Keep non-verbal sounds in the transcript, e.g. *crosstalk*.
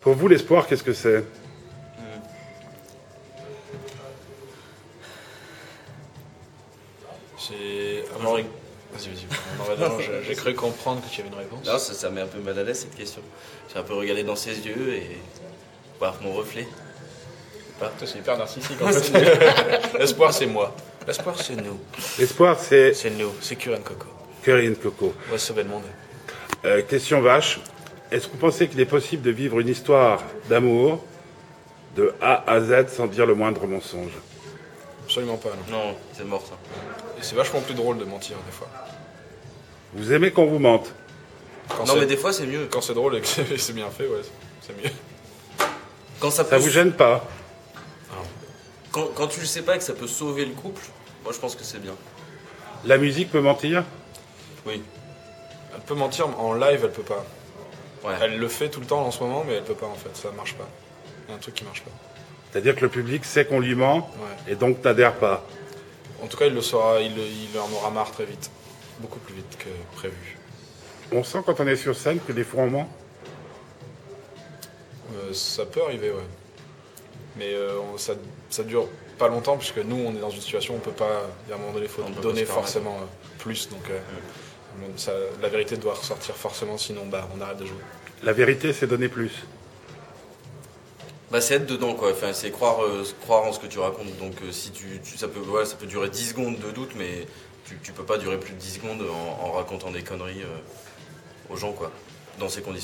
Pour vous, l'espoir, qu'est-ce que c'est C'est. Ah, non, Vas-y, vas-y. Non, bah, non, je- J'ai cru comprendre que tu avais une réponse. Non, ça, ça met un peu mal à l'aise cette question. J'ai un peu regardé dans ses yeux et voir mon reflet. Toi, c'est hyper narcissique *laughs* en fait. L'espoir, c'est moi. L'espoir, c'est nous. L'espoir, c'est C'est nous. C'est Kuran Coco. Curry Coco. On va sauver le monde. Euh, question vache. Est-ce que vous pensez qu'il est possible de vivre une histoire d'amour de A à Z sans dire le moindre mensonge Absolument pas, non. Non, c'est mort ça. Et c'est vachement plus drôle de mentir, des fois. Vous aimez qu'on vous mente Quand non, c'est- mais des fois c'est mieux. Quand c'est drôle et que c'est *laughs* c'est bien fait, ouais, c'est mieux. Quand Ça ça, peut- vous gêne pas quand, quand tu le sais pas et que ça peut sauver le couple, moi je pense que c'est bien. La musique peut mentir Oui. Elle peut mentir, mais en live, elle peut pas. Ouais. Elle le fait tout le temps en ce moment, mais elle peut pas en fait. Ça marche pas. Il y a un truc qui marche pas. C'est-à-dire que le public sait qu'on lui ment Ouais. et donc n'adhère pas. En tout cas, il le saura, il, le- il en aura marre très vite. Beaucoup plus vite que prévu. On sent quand on est sur scène que des fois on ment. Euh, ça peut arriver, ouais. Mais euh, on- ça, ça dure pas longtemps, puisque nous, on est dans une situation où on peut pas, il y a un moment donné, il faut On peut donner pas se permettre. forcément euh, plus. Donc, euh, ça- la vérité doit ressortir forcément, sinon, bah, on arrête de jouer. La vérité, c'est donner plus. Bah c'est être dedans quoi. Enfin, c'est croire, euh, croire en ce que tu racontes. Donc euh, si tu, tu- ça peut, ouais, ça peut durer 10 secondes de doute, mais tu, tu peux pas durer plus de 10 secondes en, en racontant des conneries euh, aux gens quoi. Dans ces conditions.